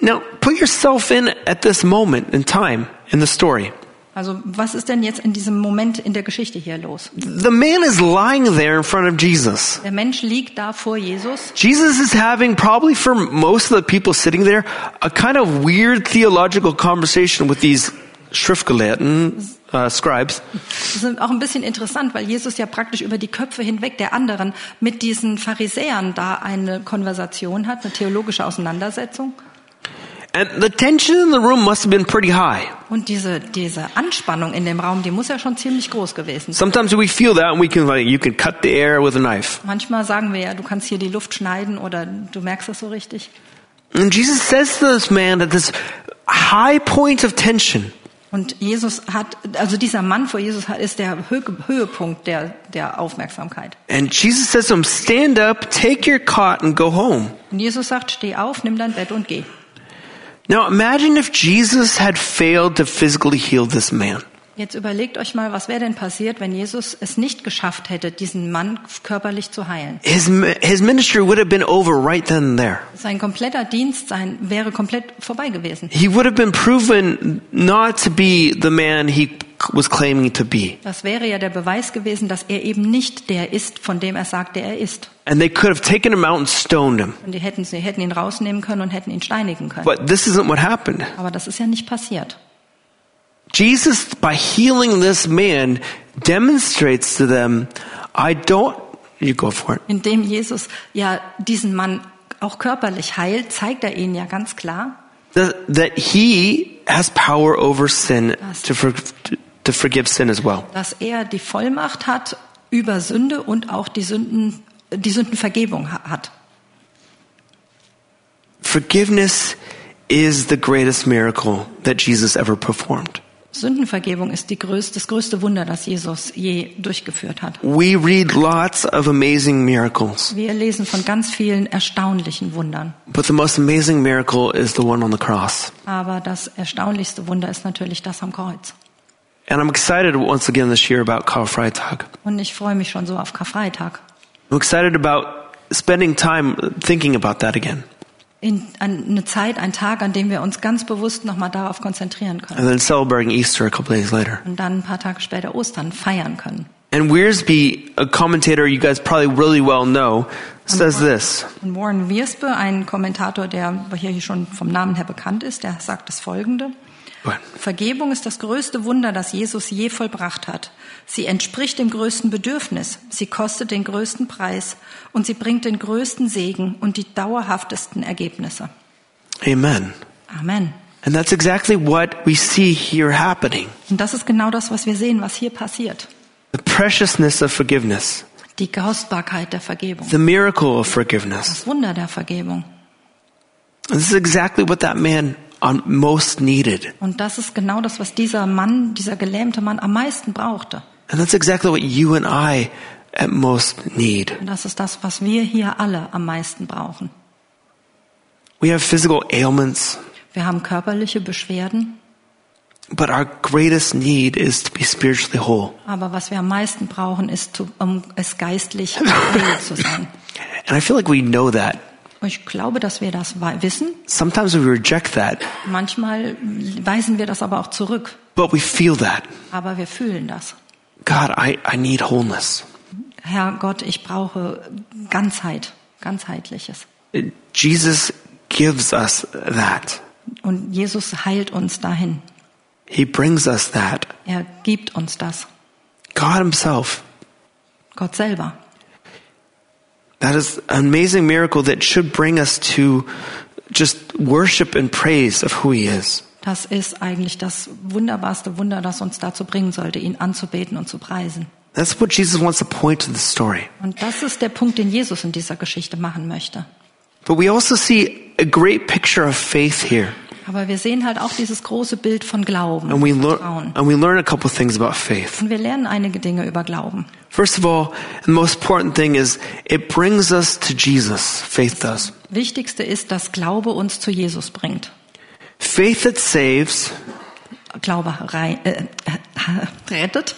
Speaker 1: Now, put yourself in at this moment in time in the story.
Speaker 2: Also was ist denn jetzt in diesem Moment in der Geschichte hier los?
Speaker 1: The man is lying there in front of Jesus.
Speaker 2: Der Mensch liegt da vor Jesus.
Speaker 1: Jesus is having, probably for most of the people sitting there, a kind of weird theological conversation with these Schriftgelehrten, uh, scribes.
Speaker 2: Das ist auch ein bisschen interessant, weil Jesus ja praktisch über die Köpfe hinweg der anderen mit diesen Pharisäern da eine Konversation hat, eine theologische Auseinandersetzung.
Speaker 1: And the tension in the room must have been pretty high.
Speaker 2: Und diese, diese Anspannung in dem Raum, die muss ja schon ziemlich groß gewesen sein.
Speaker 1: Sometimes we feel that and we can, like, you can cut the air with a knife.
Speaker 2: Manchmal sagen wir ja, du kannst hier die Luft schneiden oder du merkst das so richtig.
Speaker 1: And Jesus says to this man at this high point of tension,
Speaker 2: Und Jesus hat, also dieser Mann vor Jesus hat, ist der Hö Höhepunkt der, der Aufmerksamkeit.
Speaker 1: And Jesus says to him, Stand up, take your cot, and go home.
Speaker 2: Und Jesus sagt, steh auf, nimm dein Bett und geh.
Speaker 1: Now imagine if Jesus had failed to physically heal this man.
Speaker 2: Jetzt überlegt euch mal, was wäre denn passiert, wenn Jesus es nicht geschafft hätte, diesen Mann körperlich zu heilen.
Speaker 1: His, mi- his ministry would have been over right then and there.
Speaker 2: Sein kompletter Dienst sein wäre komplett vorbei gewesen.
Speaker 1: He would have been proven not to be the man he was claiming to be.
Speaker 2: Das wäre ja der Beweis gewesen, dass er eben nicht der ist, von dem er sagte, er ist.
Speaker 1: And they could have taken him out and stoned him.
Speaker 2: Und die hätten, sie hätten ihn rausnehmen können und hätten ihn steinigen können.
Speaker 1: But this isn't what happened.
Speaker 2: Aber das ist ja nicht passiert.
Speaker 1: Jesus, by healing this man, demonstrates to them, I don't, you go for it.
Speaker 2: Indem Jesus ja diesen Mann auch körperlich heilt, zeigt er ihnen ja ganz klar,
Speaker 1: That, that he has power over sin to, for, to forgive sin as well.
Speaker 2: dass er die Vollmacht hat über Sünde und auch die Sünden, die Sündenvergebung ha- hat.
Speaker 1: Forgiveness is the greatest miracle that Jesus ever performed.
Speaker 2: Sündenvergebung ist die größte, das größte Wunder, das Jesus je durchgeführt hat.
Speaker 1: We read lots of amazing miracles,
Speaker 2: Wir lesen von ganz vielen erstaunlichen Wundern.
Speaker 1: but the most amazing miracle is the one on the cross.
Speaker 2: Aber das erstaunlichste Wunder ist natürlich das am Kreuz.
Speaker 1: And I'm excited once again this year about Karfreitag.
Speaker 2: Und ich freue mich schon so auf Karfreitag.
Speaker 1: I'm excited about spending time thinking about that again.
Speaker 2: In, an, eine Zeit, ein Tag, an dem wir uns ganz bewusst nochmal darauf konzentrieren können.
Speaker 1: and then celebrating Easter a couple days later.
Speaker 2: Und dann ein paar Tage später Ostern feiern können.
Speaker 1: And Wearsby, a commentator you guys probably really well know, says this
Speaker 2: Und Warren Wiersbe, ein Kommentator, der hier schon vom Namen her bekannt ist, der sagt das Folgende.
Speaker 1: What?
Speaker 2: Vergebung ist das größte Wunder, das Jesus je vollbracht hat. Sie entspricht dem größten Bedürfnis, sie kostet den größten Preis und sie bringt den größten Segen und die dauerhaftesten Ergebnisse.
Speaker 1: Amen.
Speaker 2: Amen.
Speaker 1: And that's exactly what we see here happening
Speaker 2: Und das ist genau das, was wir sehen, was hier passiert.
Speaker 1: the preciousness of forgiveness,
Speaker 2: Die Kostbarkeit der Vergebung,
Speaker 1: the miracle of forgiveness.
Speaker 2: das Wunder der Vergebung.
Speaker 1: And this is exactly what that man um, most needed.
Speaker 2: Und das ist genau das, was dieser Mann, dieser gelähmte Mann am meisten brauchte.
Speaker 1: And that's exactly what you and I at most need.
Speaker 2: Und das ist das, was wir hier alle am meisten brauchen.
Speaker 1: We have physical ailments,
Speaker 2: Wir haben körperliche Beschwerden,
Speaker 1: but our greatest need is to be spiritually whole.
Speaker 2: aber was wir am meisten brauchen, ist, zu- um es geistlich heil zu sein.
Speaker 1: And I feel like we know that.
Speaker 2: Und ich glaube, dass wir das wei- wissen.
Speaker 1: Sometimes we reject that,
Speaker 2: Manchmal weisen wir das aber auch zurück.
Speaker 1: but we feel that.
Speaker 2: Aber wir fühlen das.
Speaker 1: God, I, I need wholeness.
Speaker 2: Herr Gott, ich brauche Ganzheit, ganzheitliches.
Speaker 1: Jesus gives us that.
Speaker 2: Und Jesus heilt uns dahin.
Speaker 1: He brings us that.
Speaker 2: Er gibt uns das.
Speaker 1: God Himself.
Speaker 2: Gott selber.
Speaker 1: That is an amazing miracle that should bring us to just worship and praise of who He is.
Speaker 2: Das ist eigentlich das wunderbarste Wunder, das uns dazu bringen sollte, ihn anzubeten und zu preisen.
Speaker 1: That's what Jesus wants to point to the story.
Speaker 2: Und das ist der Punkt, den Jesus in dieser Geschichte machen möchte.
Speaker 1: But we also see a great picture of faith here.
Speaker 2: Aber wir sehen halt auch dieses große Bild von Glauben
Speaker 1: And we,
Speaker 2: und
Speaker 1: lear-
Speaker 2: Vertrauen.
Speaker 1: and we learn a couple things about faith.
Speaker 2: Und wir lernen einige Dinge über Glauben.
Speaker 1: First of all, the most important thing is it brings us to Jesus. Faith does.
Speaker 2: Wichtigste ist, dass Glaube uns zu Jesus bringt.
Speaker 1: Faith that saves,
Speaker 2: Glaube rei äh, rettet,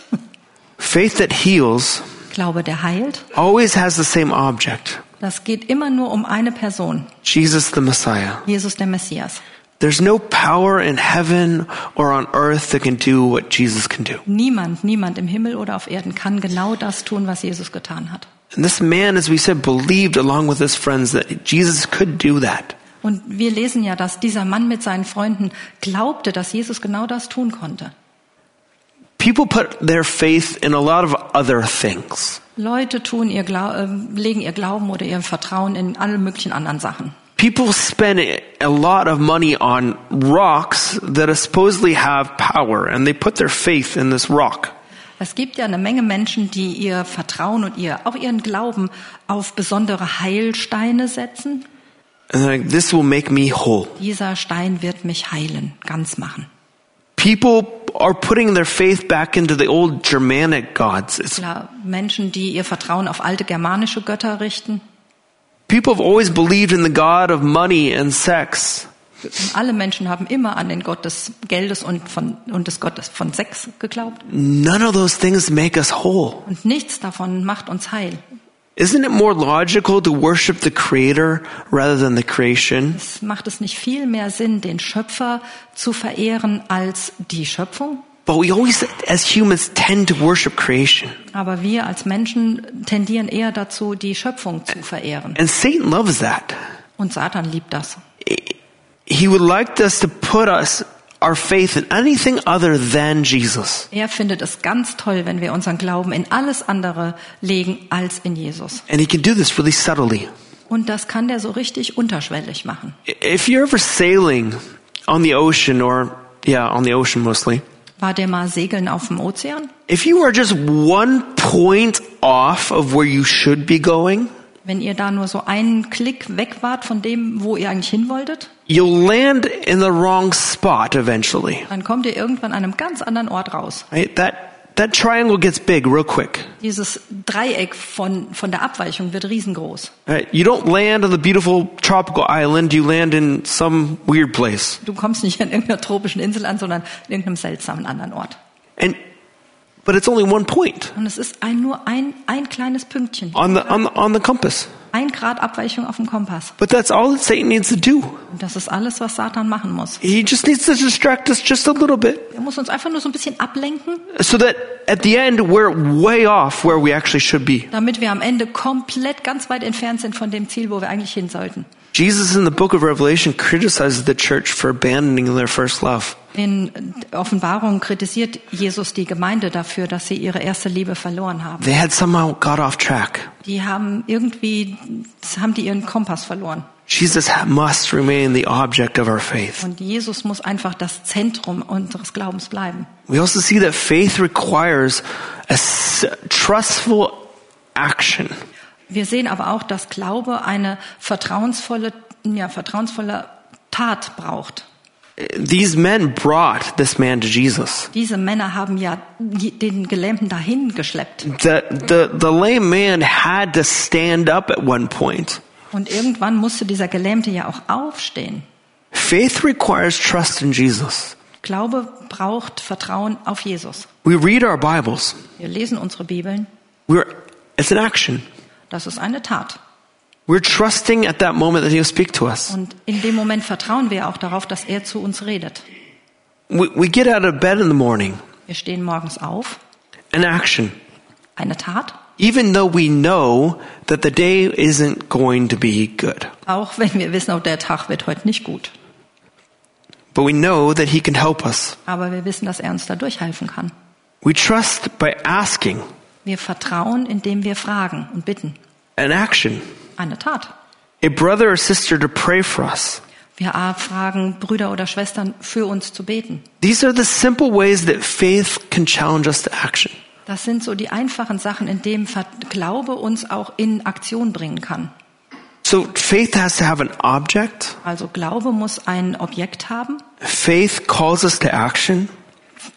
Speaker 1: faith that heals,
Speaker 2: Glaube, der heilt.
Speaker 1: always has the same object
Speaker 2: Das geht immer nur um eine Person,
Speaker 1: Jesus the Messiah.
Speaker 2: Jesus der Messias.
Speaker 1: There's no power in heaven or on earth that can do what Jesus can do.
Speaker 2: Niemand, niemand im Himmel oder auf Erden kann genau das tun, was Jesus getan hat.
Speaker 1: And this man, as we said, believed along with his friends that Jesus could do that.
Speaker 2: Und wir lesen ja, dass dieser Mann mit seinen Freunden glaubte, dass Jesus genau das tun konnte.
Speaker 1: People put their faith in a lot of other things.
Speaker 2: Leute tun ihr Glau äh, legen ihr Glauben oder ihr Vertrauen in alle möglichen anderen Sachen.
Speaker 1: People spend a lot of money on rocks that supposedly have power, and they put their faith in this rock.
Speaker 2: Es gibt ja eine Menge Menschen, die ihr Vertrauen und ihr auch ihren Glauben auf besondere Heilsteine setzen.
Speaker 1: And they're like, this will make me whole.
Speaker 2: Dieser Stein wird mich heilen, ganz machen.
Speaker 1: People are putting their faith back into the old Germanic gods. It's,
Speaker 2: Klar, Menschen, die ihr Vertrauen auf alte germanische Götter richten.
Speaker 1: people have always believed in the god of money and sex.
Speaker 2: Alle Menschen haben immer an den Gott des Geldes und, von, und des Gottes von Sex geglaubt.
Speaker 1: None of those things make us whole.
Speaker 2: Und nichts davon macht uns heil.
Speaker 1: Isn't it more logical to worship the creator rather than the creation?
Speaker 2: Es macht es nicht viel mehr Sinn, den Schöpfer zu verehren als die Schöpfung.
Speaker 1: But we always, as humans, tend to worship creation.
Speaker 2: Aber wir als Menschen tendieren eher dazu, die Schöpfung zu verehren.
Speaker 1: And Satan loves that.
Speaker 2: Und Satan liebt das.
Speaker 1: He would like us to put us, our faith in anything other than Jesus.
Speaker 2: Er findet es ganz toll, wenn wir unseren Glauben in alles andere legen als in Jesus.
Speaker 1: And he can do this really subtly.
Speaker 2: Und das kann der so richtig unterschwellig machen.
Speaker 1: If you're ever sailing on the ocean or, yeah, on the ocean mostly,
Speaker 2: War der mal segeln auf dem Ozean?
Speaker 1: if you are just one point off of where you should be going,
Speaker 2: Wenn ihr da nur so einen Klick weg wart von dem, wo ihr eigentlich hin wolltet,
Speaker 1: you'll land in the wrong spot eventually.
Speaker 2: dann kommt ihr irgendwann an einem ganz anderen Ort raus.
Speaker 1: Right? That that triangle gets big real quick.
Speaker 2: Dieses Dreieck von, von der Abweichung wird riesengroß.
Speaker 1: Right? You don't land on the beautiful tropical island, you land in some weird place.
Speaker 2: Du kommst nicht an irgendeiner tropischen Insel an, sondern an irgendeinem seltsamen anderen Ort.
Speaker 1: And but it's only one point
Speaker 2: Und es ist ein, nur ein, ein kleines Pünktchen.
Speaker 1: on the on the, on the compass.
Speaker 2: Ein Grad Abweichung auf dem Kompass.
Speaker 1: But that's all that Satan needs to do.
Speaker 2: Und das ist alles, was Satan machen muss.
Speaker 1: He just needs to distract us just a little bit
Speaker 2: Er muss uns einfach nur so ein bisschen ablenken,
Speaker 1: so that at the end we're way off where we actually should be.
Speaker 2: damit wir am Ende komplett ganz weit entfernt sind von dem Ziel, wo wir eigentlich hin sollten.
Speaker 1: Jesus in the book of Revelation criticizes the church for abandoning their first love.
Speaker 2: In Offenbarung kritisiert Jesus die Gemeinde dafür, dass sie ihre erste Liebe verloren haben.
Speaker 1: They had somehow got off track.
Speaker 2: Die haben irgendwie, haben die ihren Kompass verloren.
Speaker 1: Jesus must remain the object of our faith.
Speaker 2: Und Jesus muss einfach das Zentrum unseres Glaubens bleiben.
Speaker 1: We also see that faith requires a s- trustful action.
Speaker 2: Wir sehen aber auch, dass Glaube eine vertrauensvolle, ja, vertrauensvolle Tat braucht.
Speaker 1: These men brought this man to Jesus.
Speaker 2: Diese Männer haben ja den Gelähmten dahin geschleppt.
Speaker 1: The, the, the lame man had to stand up at one point.
Speaker 2: Und irgendwann musste dieser Gelähmte ja auch aufstehen.
Speaker 1: Faith requires trust in Jesus.
Speaker 2: Glaube braucht Vertrauen auf Jesus.
Speaker 1: We read our Bibles.
Speaker 2: Wir lesen unsere Bibeln.
Speaker 1: We're, it's an action.
Speaker 2: Das ist eine Tat.
Speaker 1: We're trusting at that moment that he'll speak to us.
Speaker 2: Und in dem Moment vertrauen wir auch darauf, dass er zu uns redet.
Speaker 1: We, we get out of bed in the morning.
Speaker 2: Wir stehen morgens auf.
Speaker 1: An action.
Speaker 2: Eine Tat.
Speaker 1: even though we know that the day isn't going to be good.
Speaker 2: Auch wenn wir wissen, oh, der Tag wird heute nicht gut.
Speaker 1: But we know that He can help us.
Speaker 2: Aber wir wissen, dass er uns dadurch helfen kann.
Speaker 1: We trust by asking
Speaker 2: Wir vertrauen, indem wir fragen und bitten.
Speaker 1: an action,
Speaker 2: Eine Tat.
Speaker 1: a brother or sister to pray for us.
Speaker 2: Wir fragen Brüder oder Schwestern, für uns zu beten.
Speaker 1: These are the simple ways that faith can challenge us to action.
Speaker 2: Das sind so die einfachen Sachen, in denen Ver- Glaube uns auch in Aktion bringen kann.
Speaker 1: So faith has to have an object.
Speaker 2: Also Glaube muss ein Objekt haben.
Speaker 1: Faith calls us to action.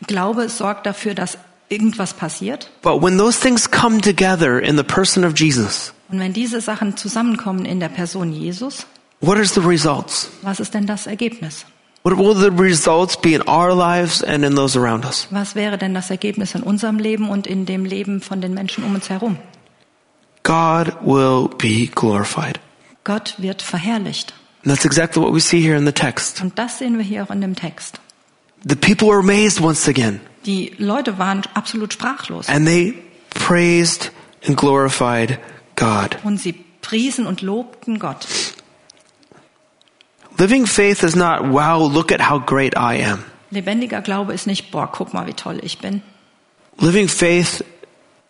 Speaker 2: Glaube sorgt dafür, dass irgendwas passiert.
Speaker 1: But when those things come together in the person of Jesus,
Speaker 2: Und wenn diese Sachen zusammenkommen in der Person Jesus,
Speaker 1: what is the results?
Speaker 2: was ist denn das Ergebnis?
Speaker 1: What will the results be in our lives and in those around us?
Speaker 2: Was wäre denn das Ergebnis in unserem Leben und in dem Leben von den Menschen um uns herum?
Speaker 1: God will be glorified.
Speaker 2: Gott wird verherrlicht.
Speaker 1: And that's exactly what we see here in the text.
Speaker 2: Und das sehen wir hier auch in dem Text.
Speaker 1: The people were amazed once again,
Speaker 2: Die Leute waren absolut sprachlos.
Speaker 1: and they praised and glorified God.
Speaker 2: Und sie priesen und lobten Gott.
Speaker 1: Living faith is not, wow, look at how great I am.
Speaker 2: Lebendiger Glaube ist nicht, boah, guck mal, wie toll ich bin.
Speaker 1: Living faith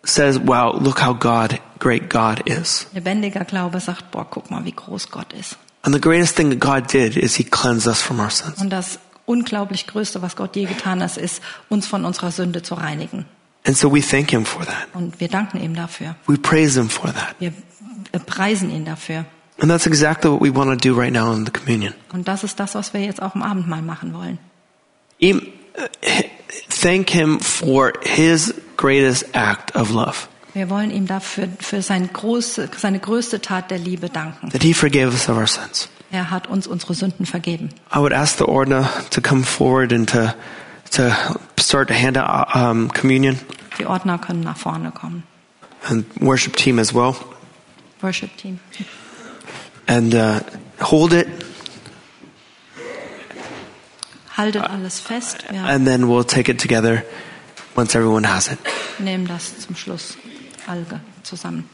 Speaker 1: says, wow, look how God, great God is.
Speaker 2: Lebendiger Glaube sagt, boah, guck mal, wie groß Gott ist.
Speaker 1: And the greatest thing that God did is he cleansed us from our sins.
Speaker 2: Und das unglaublich Größte, was Gott je getan hat, ist, uns von unserer Sünde zu reinigen.
Speaker 1: And so we thank him for that.
Speaker 2: Und wir danken ihm dafür.
Speaker 1: We praise him for that.
Speaker 2: Wir äh, preisen ihn dafür.
Speaker 1: And that's exactly what we want to do right now in the communion.
Speaker 2: Und das ist das, was wir jetzt auch im Abendmahl machen wollen.
Speaker 1: Em- thank him for his greatest act of love,
Speaker 2: Wir wollen ihm dafür für sein große, seine größte Tat der Liebe danken.
Speaker 1: that he forgave us of our sins.
Speaker 2: Er hat uns unsere Sünden vergeben.
Speaker 1: I would ask the Ordner to come forward and to, to start to hand out um, communion
Speaker 2: Die Ordner können nach vorne kommen.
Speaker 1: and worship team as well.
Speaker 2: Worship Team.
Speaker 1: And uh, hold it,
Speaker 2: Haltet alles fest. Wir
Speaker 1: and then we'll take it together once everyone has it.
Speaker 2: nehmen das zum Schluss alle zusammen.